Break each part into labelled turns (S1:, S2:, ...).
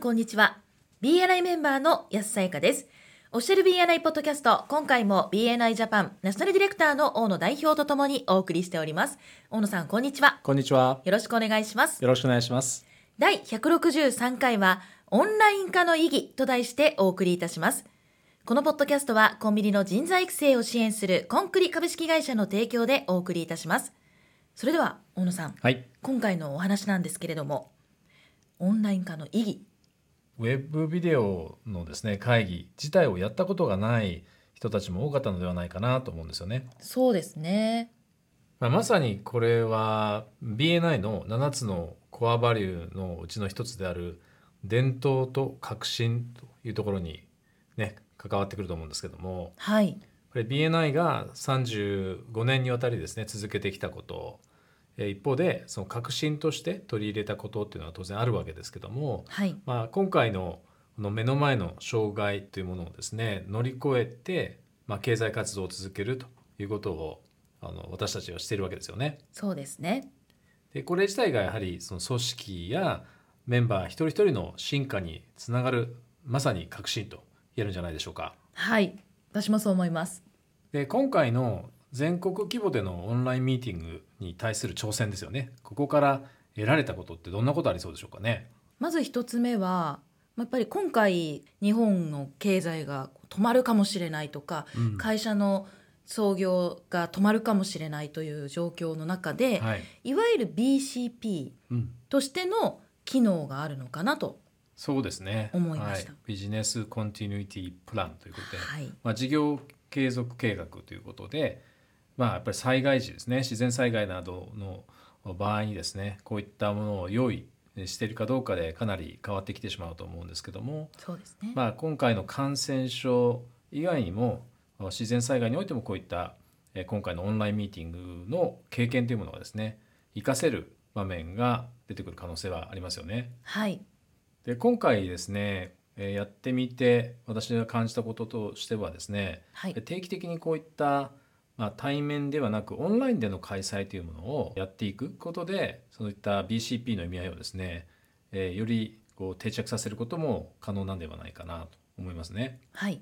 S1: こんにちは。BNI メンバーの安さやかです。おっしゃる BNI ポッドキャスト、今回も BNI ジャパンナショナルディレクターの大野代表とともにお送りしております。大野さん、こんにちは。
S2: こんにちは。
S1: よろしくお願いします。
S2: よろしくお願いします。
S1: 第163回はオンライン化の意義と題してお送りいたします。このポッドキャストはコンビニの人材育成を支援するコンクリ株式会社の提供でお送りいたします。それでは大野さん、
S2: はい。
S1: 今回のお話なんですけれども、オンライン化の意義。
S2: ウェブビデオのですね、会議自体をやったことがない人たちも多かったのではないかなと思うんですよね。
S1: そうですね。
S2: まあ、まさにこれは BNI の7つのコアバリューのうちの一つである伝統と革新というところにね、関わってくると思うんですけども、
S1: はい。
S2: これ BNI が35年にわたりですね続けてきたことえー一方でその革新として取り入れたことっていうのは当然あるわけですけども、
S1: はい。
S2: まあ、今回のこの目の前の障害というものをですね乗り越えて、まあ、経済活動を続けるということをあの私たちはしているわけですよね。
S1: そうですね。
S2: でこれ自体がやはりその組織やメンバー一人一人の進化につながるまさに革新と言えるんじゃないでしょうか。
S1: はい。私もそう思います。
S2: で今回の全国規模でのオンラインミーティングに対する挑戦ですよねここから得られたことってどんなことありそうでしょうかね
S1: まず一つ目は、まあやっぱり今回日本の経済が止まるかもしれないとか、
S2: うん
S1: 会社の創業が止まるかもしれないという状況の中で、
S2: はい、
S1: い、わゆる BCP
S2: うん、
S1: としての機能があるのかなと。
S2: そうですね
S1: 思いました
S2: はい、ビジネスコンティニュイティプランということで、
S1: はい、
S2: まあ、事業継続計画ということで、まあ、やっぱり災害時ですね自然災害などの場合にですねこういったものを用意しているかどうかでかなり変わってきてしまうと思うんですけども、
S1: そうですね。
S2: まあ、今回の感染症以外にも自然災害においてもこういったえー今回のオンラインミーティングの経験というものがですね活かせる場面が出てくる可能性はありますよね。
S1: はい、
S2: で今回ですねえーやってみて私が感じたこととしてはですね
S1: はい、
S2: 定期的にこういった、まあ、対面ではなくオンラインでの開催というものをやっていくことでそういった BCP の意味合いをですね、えーよりこう定着させることも可能なんではないかなと思いますね。
S1: はい、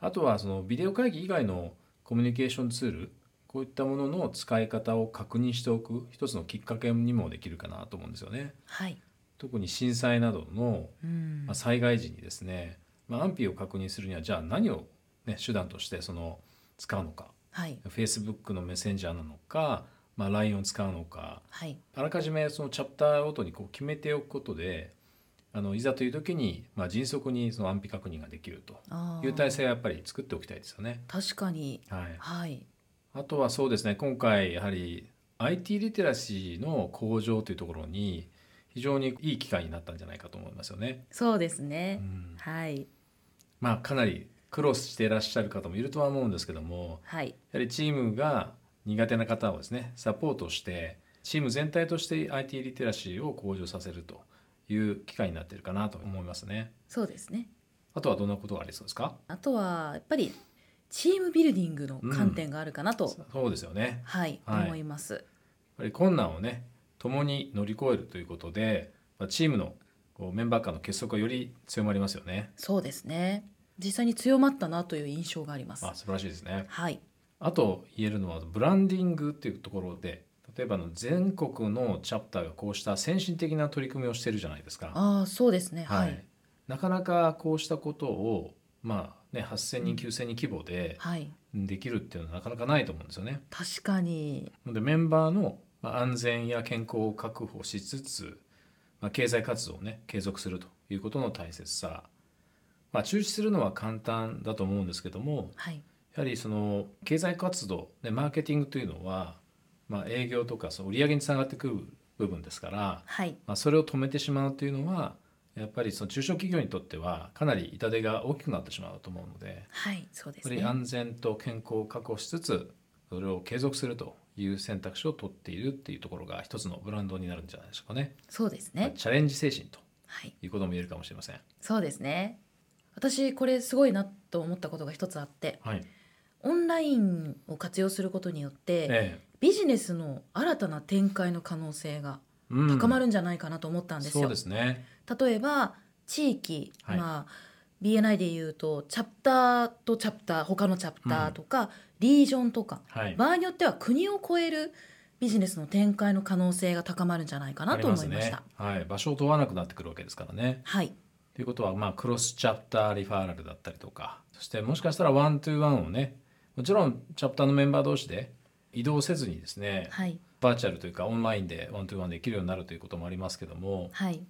S2: あとはそのビデオ会議以外のコミュニケーションツールこういったものの使い方を確認しておく一つのきっかけにもできるかなと思うんですよね。
S1: はい。
S2: 特に震災などの
S1: うん
S2: まあ、、災害時にですね、まあ、安否を確認するにはじゃあ何を、ね、手段としてその使うのか
S1: はい、
S2: Facebook のメッセンジャーなのか、まあ、LINE を使うのか
S1: はい、
S2: あらかじめそのチャプターごとにこう決めておくことであのいざという時に、まあ、迅速にその安否確認ができると
S1: あー
S2: いう体制はやっぱり作っておきたいですよね。
S1: 確かに、
S2: はい、
S1: はい、
S2: あとはそうですね今回やはり IT リテラシーの向上というところに非常にいい機会になったんじゃないかと思いますよね。
S1: そうです
S2: う
S1: ね。
S2: ん
S1: はい、
S2: まあ、かなり苦労していらっしゃる方もいるとは思うんですけども
S1: はい、
S2: やはりチームが苦手な方をですねサポートしてチーム全体として IT リテラシーを向上させるという機会になっているかなと思いますね。
S1: そうですね。
S2: あとはどんなことがありそうですか
S1: あとはやっぱりチームビルディングの観点があるかなと、
S2: そうですよね。やっ
S1: はい、
S2: はい
S1: 思います。
S2: ぱり困難をね共に乗り越えるということでまあチームのこうメンバー間の結束がより強まりますよね。
S1: そうですね。実際に強まったなという印象があります。
S2: あ素晴らしいですね。
S1: はい、
S2: あと言えるのはブランディングっていうところで例えばあの全国のチャプターがこうした先進的な取り組みをしてるじゃないですか。
S1: ああ、そうですね。は
S2: はい
S1: い、
S2: なかなかこうしたことを、まあね、8,000人9,000人規模で
S1: はい、
S2: できるっていうのはなかなかないと思うんですよね。
S1: 確かに、
S2: なのでメンバーのまあ安全や健康を確保しつつ、まあ、経済活動をね継続するということの大切さ、まあ、中止するのは簡単だと思うんですけども
S1: はい、
S2: やはりその経済活動でマーケティングというのは、まあ、営業とかその売り上げにつながってくる部分ですから、
S1: はい、
S2: まあ、それを止めてしまうというのはやっぱりその中小企業にとってはかなり痛手が大きくなってしまうと思うので
S1: はい、そうです
S2: より
S1: ね。
S2: 安全と健康を確保しつつそれを継続するという選択肢を取っているっていうところが一つのブランドになるんじゃないでしょうかね。
S1: そうです
S2: まあ
S1: ね。
S2: チャレンジ精神と
S1: はい、
S2: いうことも言えるかもしれません。
S1: そうですね。私これすごいなと思ったことが一つあって、
S2: はい、
S1: オンラインを活用することによって、
S2: ええ
S1: ビジネスの新たな展開の可能性が
S2: うん
S1: 高まるんじゃないかなと思ったんですよ。
S2: そうですね。
S1: 例えば地域、
S2: はい
S1: まあ BNI でいうとチャプターとチャプター他のチャプターとか、リージョンとか
S2: はい、
S1: 場合によっては国を超えるビジネスの展開の可能性が高まるんじゃないかなと思いました。
S2: ありすねはい、場所を問わなくなってくるわけですからね。
S1: はい、
S2: ということは、まあ、クロスチャプターリファーラルだったりとかそしてもしかしたらワントゥーワンをねもちろんチャプターのメンバー同士で移動せずにですね、
S1: はい、
S2: バーチャルというかオンラインでワントゥーワンできるようになるということもありますけども
S1: はい、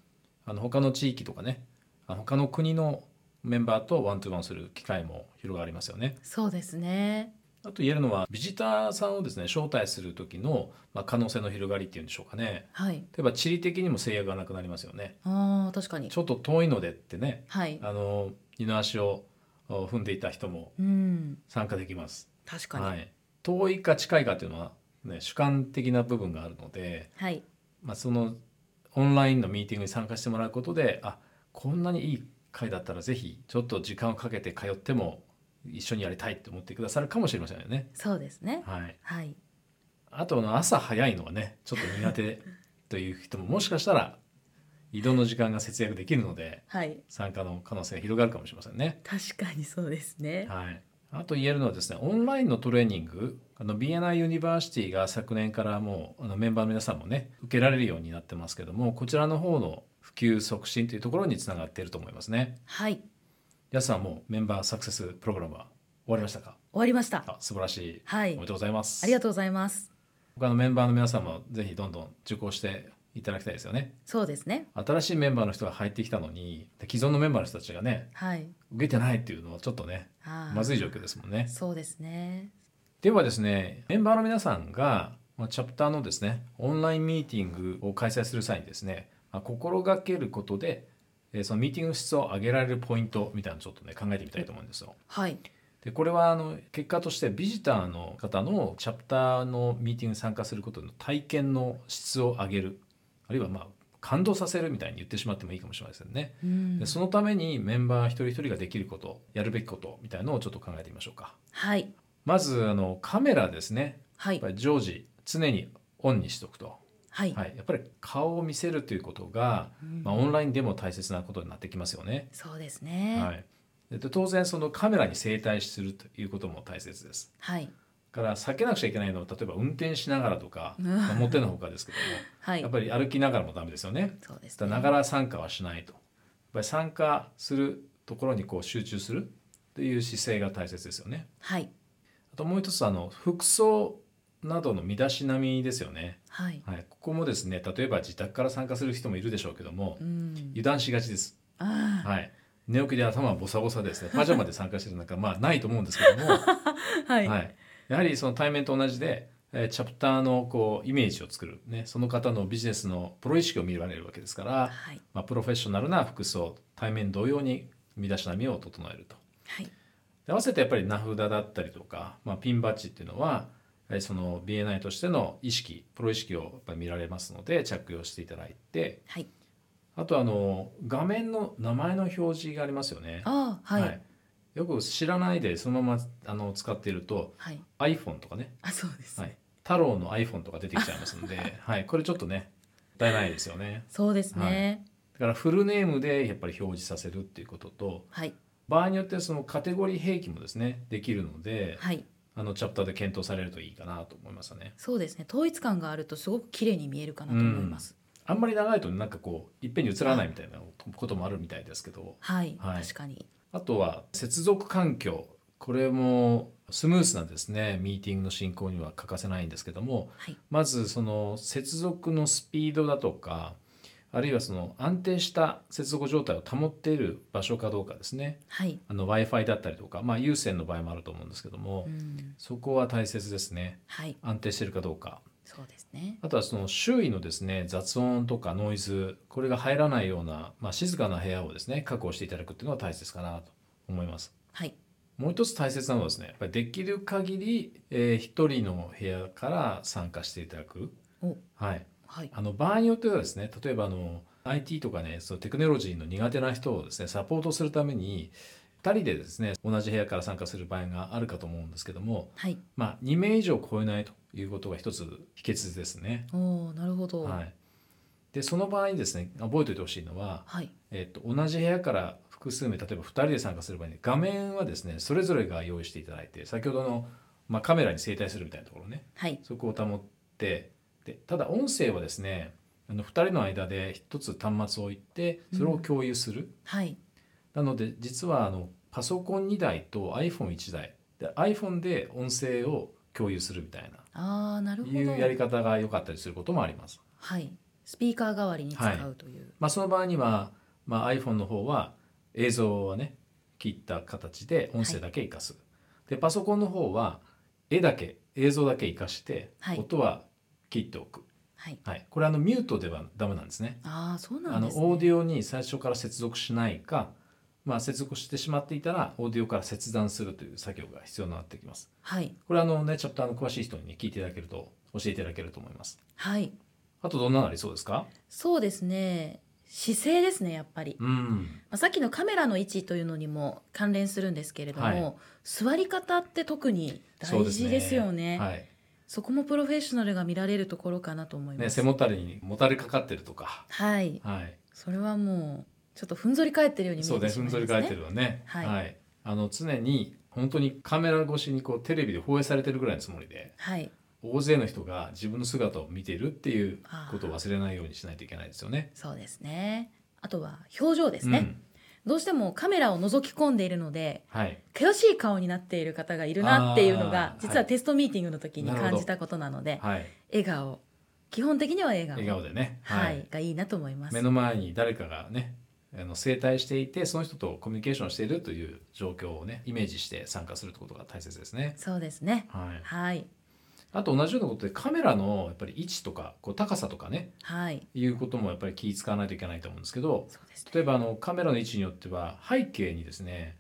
S2: あの他の地域とかねあの他の国のメンバーとワントゥーワンする機会も広がりますよね。
S1: そうですね。
S2: あと言えるのはビジターさんをですね招待する時の、まあ、可能性の広がりっていうんでしょうかね。
S1: はい、
S2: 例えば地理的にも制約がなくなりますよね。
S1: ああ、確かに
S2: ち。ょっと遠いのでってね
S1: はい、
S2: あの二の足をお踏んでいた人も
S1: うん、
S2: 参加できます。
S1: 確かに。
S2: はい、遠いか近いかというのは、ね、主観的な部分があるので、
S1: はい、
S2: まあ、そのオンラインのミーティングに参加してもらうことであこんなにいい会だったらぜひちょっと時間をかけて通っても一緒にやりたいって思ってくださるかもしれませんよね。
S1: そうですね。
S2: はい、
S1: はい、
S2: あとあの朝早いのはねちょっと苦手という人ももしかしたら移動の時間が節約できるので
S1: はい、
S2: 参加の可能性が広がるかもしれませんね。
S1: 確かにそうですね。
S2: はい、あと言えるのはですねオンラインのトレーニングあの BNI ユニバーシティが昨年からもうあのメンバーの皆さんもね受けられるようになってますけどもこちらの方の普及促進というところにつながっていると思いますね。
S1: はい、終
S2: やすさんもメンバーサクセスプログラムは終わりましたか
S1: わりました。
S2: あ素晴らしい、
S1: はい
S2: おめでとうございます
S1: ありがとうございます。
S2: 他のメンバーの皆さんもぜひどんどん受講していただきたいですよね
S1: そうですね。
S2: 新しいメンバーの人が入ってきたのにで既存のメンバーの人たちがね
S1: はい。
S2: 受けてないっていうのはちょっとね
S1: あー
S2: まずい状況ですもんね
S1: そうですね。
S2: ではですねメンバーの皆さんがまあチャプターのですねオンラインミーティングを開催する際にですね、まあ、心がけることでえーそのミーティングの質を上げられるポイントみたいなのをちょっとね考えてみたいと思うんですよ。
S1: はい。
S2: でこれはあの結果としてビジターの方のチャプターのミーティングに参加することの体験の質を上げるあるいはまあ感動させるみたいに言ってしまってもいいかもしれませんね。
S1: うん
S2: でそのためにメンバー一人一人ができることやるべきことみたいなのをちょっと考えてみましょうか。
S1: はい。
S2: まずあのカメラですね
S1: は
S2: やっ
S1: い
S2: ぱ。り常時常にオンにしとくと、
S1: はい。
S2: はい、やっぱり顔を見せるということが、
S1: うん
S2: まあ、オンラインでも大切なことになってきますよね。
S1: そうですね。
S2: は
S1: はい。
S2: い、で当然そのカメラに正対するということも大切です。
S1: はい。
S2: だから避けなくちゃいけないのは例えば運転しながらとか、
S1: うん
S2: まあ、もってのほかですけどもやっぱり歩きながらもダメですよね。
S1: そうですね。
S2: ながら参加はしないと。やっぱり参加するところにこう集中するという姿勢が大切ですよね。
S1: はい。
S2: あともう一つあの服装などの身だしなみですよね。
S1: はい。
S2: はい、ここもですね例えば自宅から参加する人もいるでしょうけども
S1: うん。
S2: 油断しがちです、
S1: ああ。
S2: はい、寝起きで頭はボサボサでですねパジャマで参加してるなんかまあないと思うんですけども、 は
S1: はい。
S2: いやはりその対面と同じで、えーチャプターのこうイメージを作る、ね、その方のビジネスのプロ意識を見られるわけですから、
S1: はい。
S2: まあ、プロフェッショナルな服装対面同様に身だしなみを整えると。
S1: はい。
S2: で合わせてやっぱり名札だったりとか、まあ、ピンバッジっていうのはやはりその BNI としての意識プロ意識をやっぱり見られますので着用していただいて
S1: はい。
S2: あとあの画面の名前の表示がありますよね。
S1: ああ。はい。
S2: よく知らないでそのままあの使っていると
S1: はい。
S2: iPhone とかね、
S1: あ、そうです。
S2: はい、太郎の iPhone とか出てきちゃいますの で、はい、これちょっとねもったいないですよね。
S1: そうですね。
S2: だからフルネームでやっぱり表示させるっていうことと
S1: はい。
S2: 場合によってはそのカテゴリー併記もですねできるので、
S1: はい。
S2: あのチャプターで検討されるといいかなと思いましたね。
S1: そうですね。統一感があるとすごく綺麗に見えるかなと思います。
S2: あんまり長いとなんかこういっぺんに映らないみたいなこともあるみたいですけど、
S1: はい。
S2: はい
S1: 確かに。
S2: あとは接続環境これもスムースなですねミーティングの進行には欠かせないんですけども
S1: はい。
S2: まずその接続のスピードだとかあるいはその安定した接続状態を保っている場所かどうかですね
S1: はい。
S2: あの w i f i だったりとか、まあ、有線の場合もあると思うんですけども、
S1: うん。
S2: そこは大切ですね
S1: はい。
S2: 安定しているかどうか。
S1: そうですね。
S2: あとはその周囲のですね雑音とかノイズこれが入らないような、まあ、静かな部屋をですね確保していただくっていうのが大切かなと思います。
S1: はい。
S2: もう一つ大切なのはですねやっぱりできる限り、えー、1人の部屋から参加していただく、
S1: お。
S2: はい、
S1: はい。
S2: あの場合によってはですね例えばあの IT とかねそのテクノロジーの苦手な人をですねサポートするために2人でですね同じ部屋から参加する場合があるかと思うんですけども、
S1: はい。
S2: まあ、2名以上超えないということが一つ秘訣ですね。
S1: おお、なるほど。
S2: はい、でその場合にですね覚えておいてほしいのは、
S1: はい。
S2: えっと同じ部屋から複数名例えば2人で参加する場合に画面はですねそれぞれが用意していただいて先ほどの、まあ、カメラに整体するみたいなところね
S1: はい。
S2: そこを保ってでただ音声はですねあの2人の間で1つ端末を置いてそれを共有する、
S1: はい。
S2: なので実はあのパソコン2台と iPhone1 台で iPhone で音声を共有するみたいな
S1: ああ、なるほど。
S2: いうやり方が良かったりすることもあります。
S1: はい。スピーカー代わりに使うという。
S2: まあ、その場合には、まあ、iPhone の方は映像はね切った形で音声だけ活かす、でパソコンの方は絵だけ映像だけ活かして、
S1: はい
S2: 音は切っておく、
S1: はい。
S2: はい、これあのミュートではダメなんですね
S1: ああ、そうな
S2: あ
S1: ん
S2: の
S1: です、ね。
S2: オーディオに最初から接続しないか、まあ、接続してしまっていたらオーディオから切断するという作業が必要になってきます
S1: はい。
S2: これあのねちょっとあの詳しい人に、ね、聞いていただけると教えていただけると思います
S1: はい。
S2: あとどんなのありそうですか
S1: そうですね。姿勢ですね、やっぱり。
S2: うん
S1: まあ、さっきのカメラの位置というのにも関連するんですけれども、
S2: はい
S1: 座り方って特に大事ですよね。そ
S2: はい
S1: こもプロフェッショナルが見られるところかなと思いま
S2: ね、
S1: す。
S2: 背もたれにもたれかかってるとか、
S1: はい。
S2: はい、
S1: それはもうちょっとふんぞり返ってるように見
S2: そ
S1: え
S2: うで
S1: て
S2: す
S1: しま
S2: ね
S1: い
S2: ふん
S1: ます
S2: ぞ
S1: ね。
S2: り返ってるわね、
S1: はい
S2: あの常に本当にカメラ越しにこうテレビで放映されてるぐらいのつもりで
S1: はい。
S2: 大勢の人が自分の姿を見ているっていうことを忘れないようにしないといけないですよね。
S1: そうですね。あとは表情ですね、
S2: うん
S1: どうしてもカメラを覗き込んでいるので
S2: はい、
S1: 険しい顔になっている方がいるなっていうのが
S2: あー
S1: 実は
S2: はい
S1: テストミーティングの時に
S2: なるほど
S1: 感じたことなので、
S2: はい、
S1: 笑顔基本的には笑顔
S2: 笑顔でね、
S1: はいがいいなと思います
S2: 目。の前に誰かがねあの整体していてその人とコミュニケーションしているという状況をねイメージして参加するってことが大切ですね。
S1: そうですね。
S2: はい、
S1: はい
S2: あと同じようなことでカメラのやっぱり位置とかこう高さとかね
S1: はい。
S2: いうこともやっぱり気使わないといけないと思うんですけど
S1: そうですね。
S2: 例えばあのカメラの位置によっては背景にですね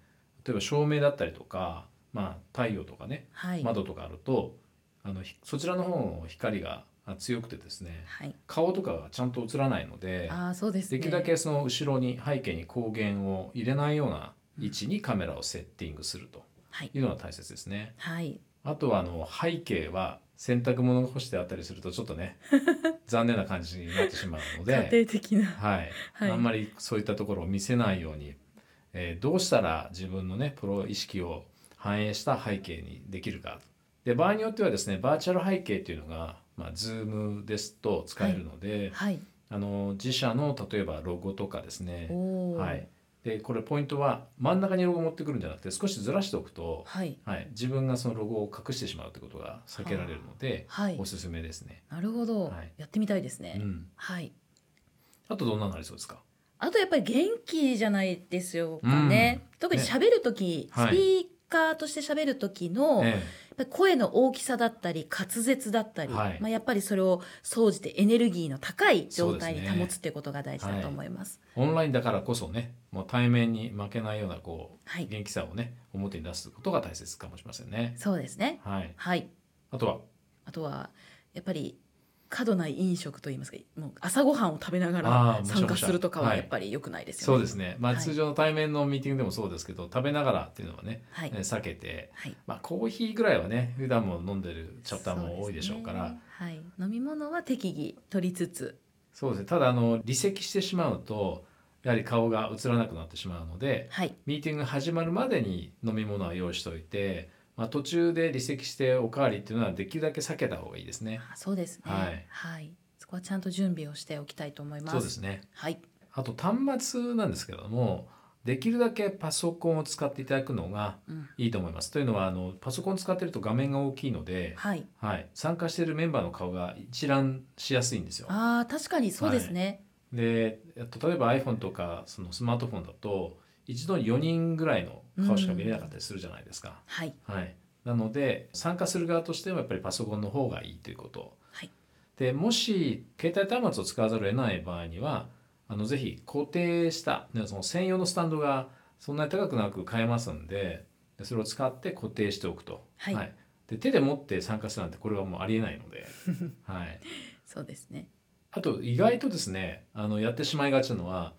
S2: 例えば照明だったりとか、まあ、太陽とかね
S1: はい。
S2: 窓とかあるとあのひそちらの方の光があ強くてですね
S1: はい。
S2: 顔とかがちゃんと映らないので
S1: ああそうですね。
S2: できるだけその後ろに背景に光源を入れないような位置にカメラをセッティングすると
S1: はい
S2: いうのが大切ですね。
S1: はい
S2: あとはあの背景は洗濯物が干してあったりするとちょっと ね残念な感じになってしまうの
S1: 家庭
S2: で、
S1: 的な
S2: はい
S1: はい
S2: あんまりそういったところを見せないように、えーどうしたら自分のねプロ意識を反映した背景にできるかで場合によってはですねバーチャル背景というのが、まあ、Zoom ですと使えるので、
S1: はい。
S2: あの自社の例えばロゴとかですね
S1: お、おー
S2: はい、でこれポイントは真ん中にロゴを持ってくるんじゃなくて少しずらしておくと
S1: はい
S2: はい、自分がそのロゴを隠してしまうということが避けられるので、
S1: はい
S2: お。すすめですね。
S1: なるほど、
S2: はい
S1: やってみたいですね。
S2: うん、
S1: はい。
S2: あとどんなのありそうですか。
S1: あとやっぱり元気じゃないですよね。特に喋る時、
S2: はい
S1: スピーカーとして喋る時の、やっ
S2: え
S1: ぱり声の大きさだったり滑舌だったり、
S2: はい
S1: まあやっぱりそれを総じてエネルギーの高い状態に
S2: そうですね
S1: 保つっていうことが大事だと思います。
S2: えオンラインだからこそね、もう対面に負けないようなこう、
S1: はい
S2: 元気さをね表に出すことが大切かもしれませんね。
S1: そうですね。
S2: はい。
S1: はい。
S2: あとは
S1: あとはやっぱり過度な飲食といいますか、もう朝ごはんを食べなが
S2: あー
S1: ら
S2: むしゃむし
S1: 参
S2: ゃ
S1: 加するとかは
S2: はい
S1: やっぱり良くないですよね。
S2: そうですね。まあ、
S1: はい
S2: 通常の対面のミーティングでもそうですけど、食べながらっていうのはね、
S1: はい
S2: えー避けて、
S1: はい。
S2: まあコーヒーぐらいはね普段も飲んでるチャプターも多いでしょうから、
S1: そですねはい。飲み物は適宜取りつつ、
S2: そうですね。ただあの離席してしまうとやはり顔が映らなくなってしまうので。
S1: はい。
S2: ミーティングが始まるまでに飲み物は用意しておいて、まあ、途中で離席しておかわりっていうのはできるだけ避けた方がいいですね。
S1: あそうですね。は
S2: はいい。
S1: そこはちゃんと準備をしておきたいと思います。
S2: そうですね。
S1: はい。
S2: あと端末なんですけどもできるだけパソコンを使っていただくのが
S1: うん。
S2: いいと思います。というのはあのパソコン使ってると画面が大きいので、
S1: はい。
S2: はい、参加しているメンバーの顔が一覧しやすいんですよ。
S1: ああ、確かにそうですね。
S2: でえっと例えば iPhone とかそのスマートフォンだと一度に4人ぐらいの顔しか見れなかったりするじゃないですか。
S1: はい。
S2: はい、なので参加する側としてはやっぱりパソコンの方がいいということ、
S1: はい
S2: でもし携帯端末を使わざるを得ない場合にはあのぜひ固定したねその専用のスタンドがそんなに高くなく買えますんででそれを使って固定しておくと、
S1: はい
S2: で手で持って参加するなんてこれはもうありえない ので、はい、
S1: そうですね。
S2: あと意外とですねあのやってしまいがちなのは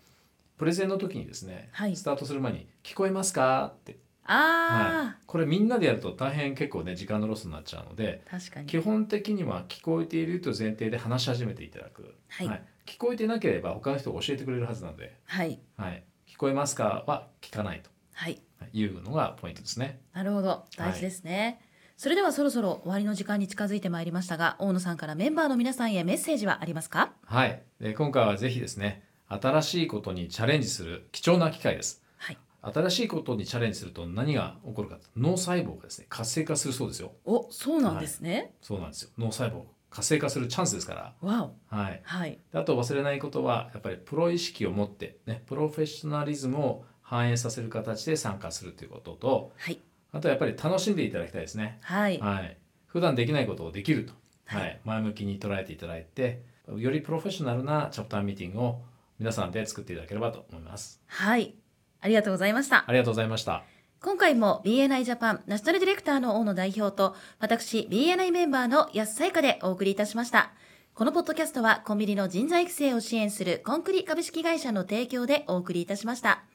S2: プレゼンの時にですね、
S1: はい
S2: スタートする前に「聞こえますか?」っては
S1: あ
S2: い、これみんなでやると大変結構ね時間のロスになっちゃうので
S1: あ、確かに。
S2: 基本的には聞こえているという前提で話し始めていただく、
S1: はい
S2: 聞こえてなければ他の人が教えてくれるはずなので、
S1: はい。
S2: はい、聞こえますかは聞かないと
S1: はい。
S2: いうのがポイントですね。
S1: なるほど。大事ですね。それではそろそろ終わりの時間に近づいてまいりましたが、大野さんからメンバーの皆さんへメッセージはありますか
S2: はい、で今回はぜひですね新しいことにチャレンジする貴重な機会です。
S1: はい。
S2: 新しいことにチャレンジすると何が起こるか脳細胞がですね活性化するそうですよ
S1: お、そうなんですね。
S2: そうなんですよ脳細胞活性化するチャンスですから、
S1: わお。
S2: はい、
S1: はい。
S2: であと忘れないことはやっぱりプロ意識を持って、ね、プロフェッショナリズムを反映させる形で参加するということと
S1: はい。
S2: あとやっぱり楽しんでいただきたいですね、
S1: はい。
S2: はい、普段できないことをできると、
S1: はい
S2: はい、前向きに捉えていただいてよりプロフェッショナルなチャプターミーティングを皆さんで作っていただければと思います
S1: はい。ありがとうございました。
S2: ありがとうございました
S1: 今回も BNI ジャパンナショナルディレクターの大野代表と私 BNI メンバーの安さゆかでお送りいたしましたこのポッドキャストはコンビニの人材育成を支援するコンクリ株式会社の提供でお送りいたしました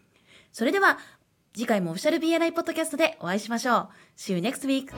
S1: それでは次回もオフィシャル BNI ポッドキャストでお会いしましょう See you next week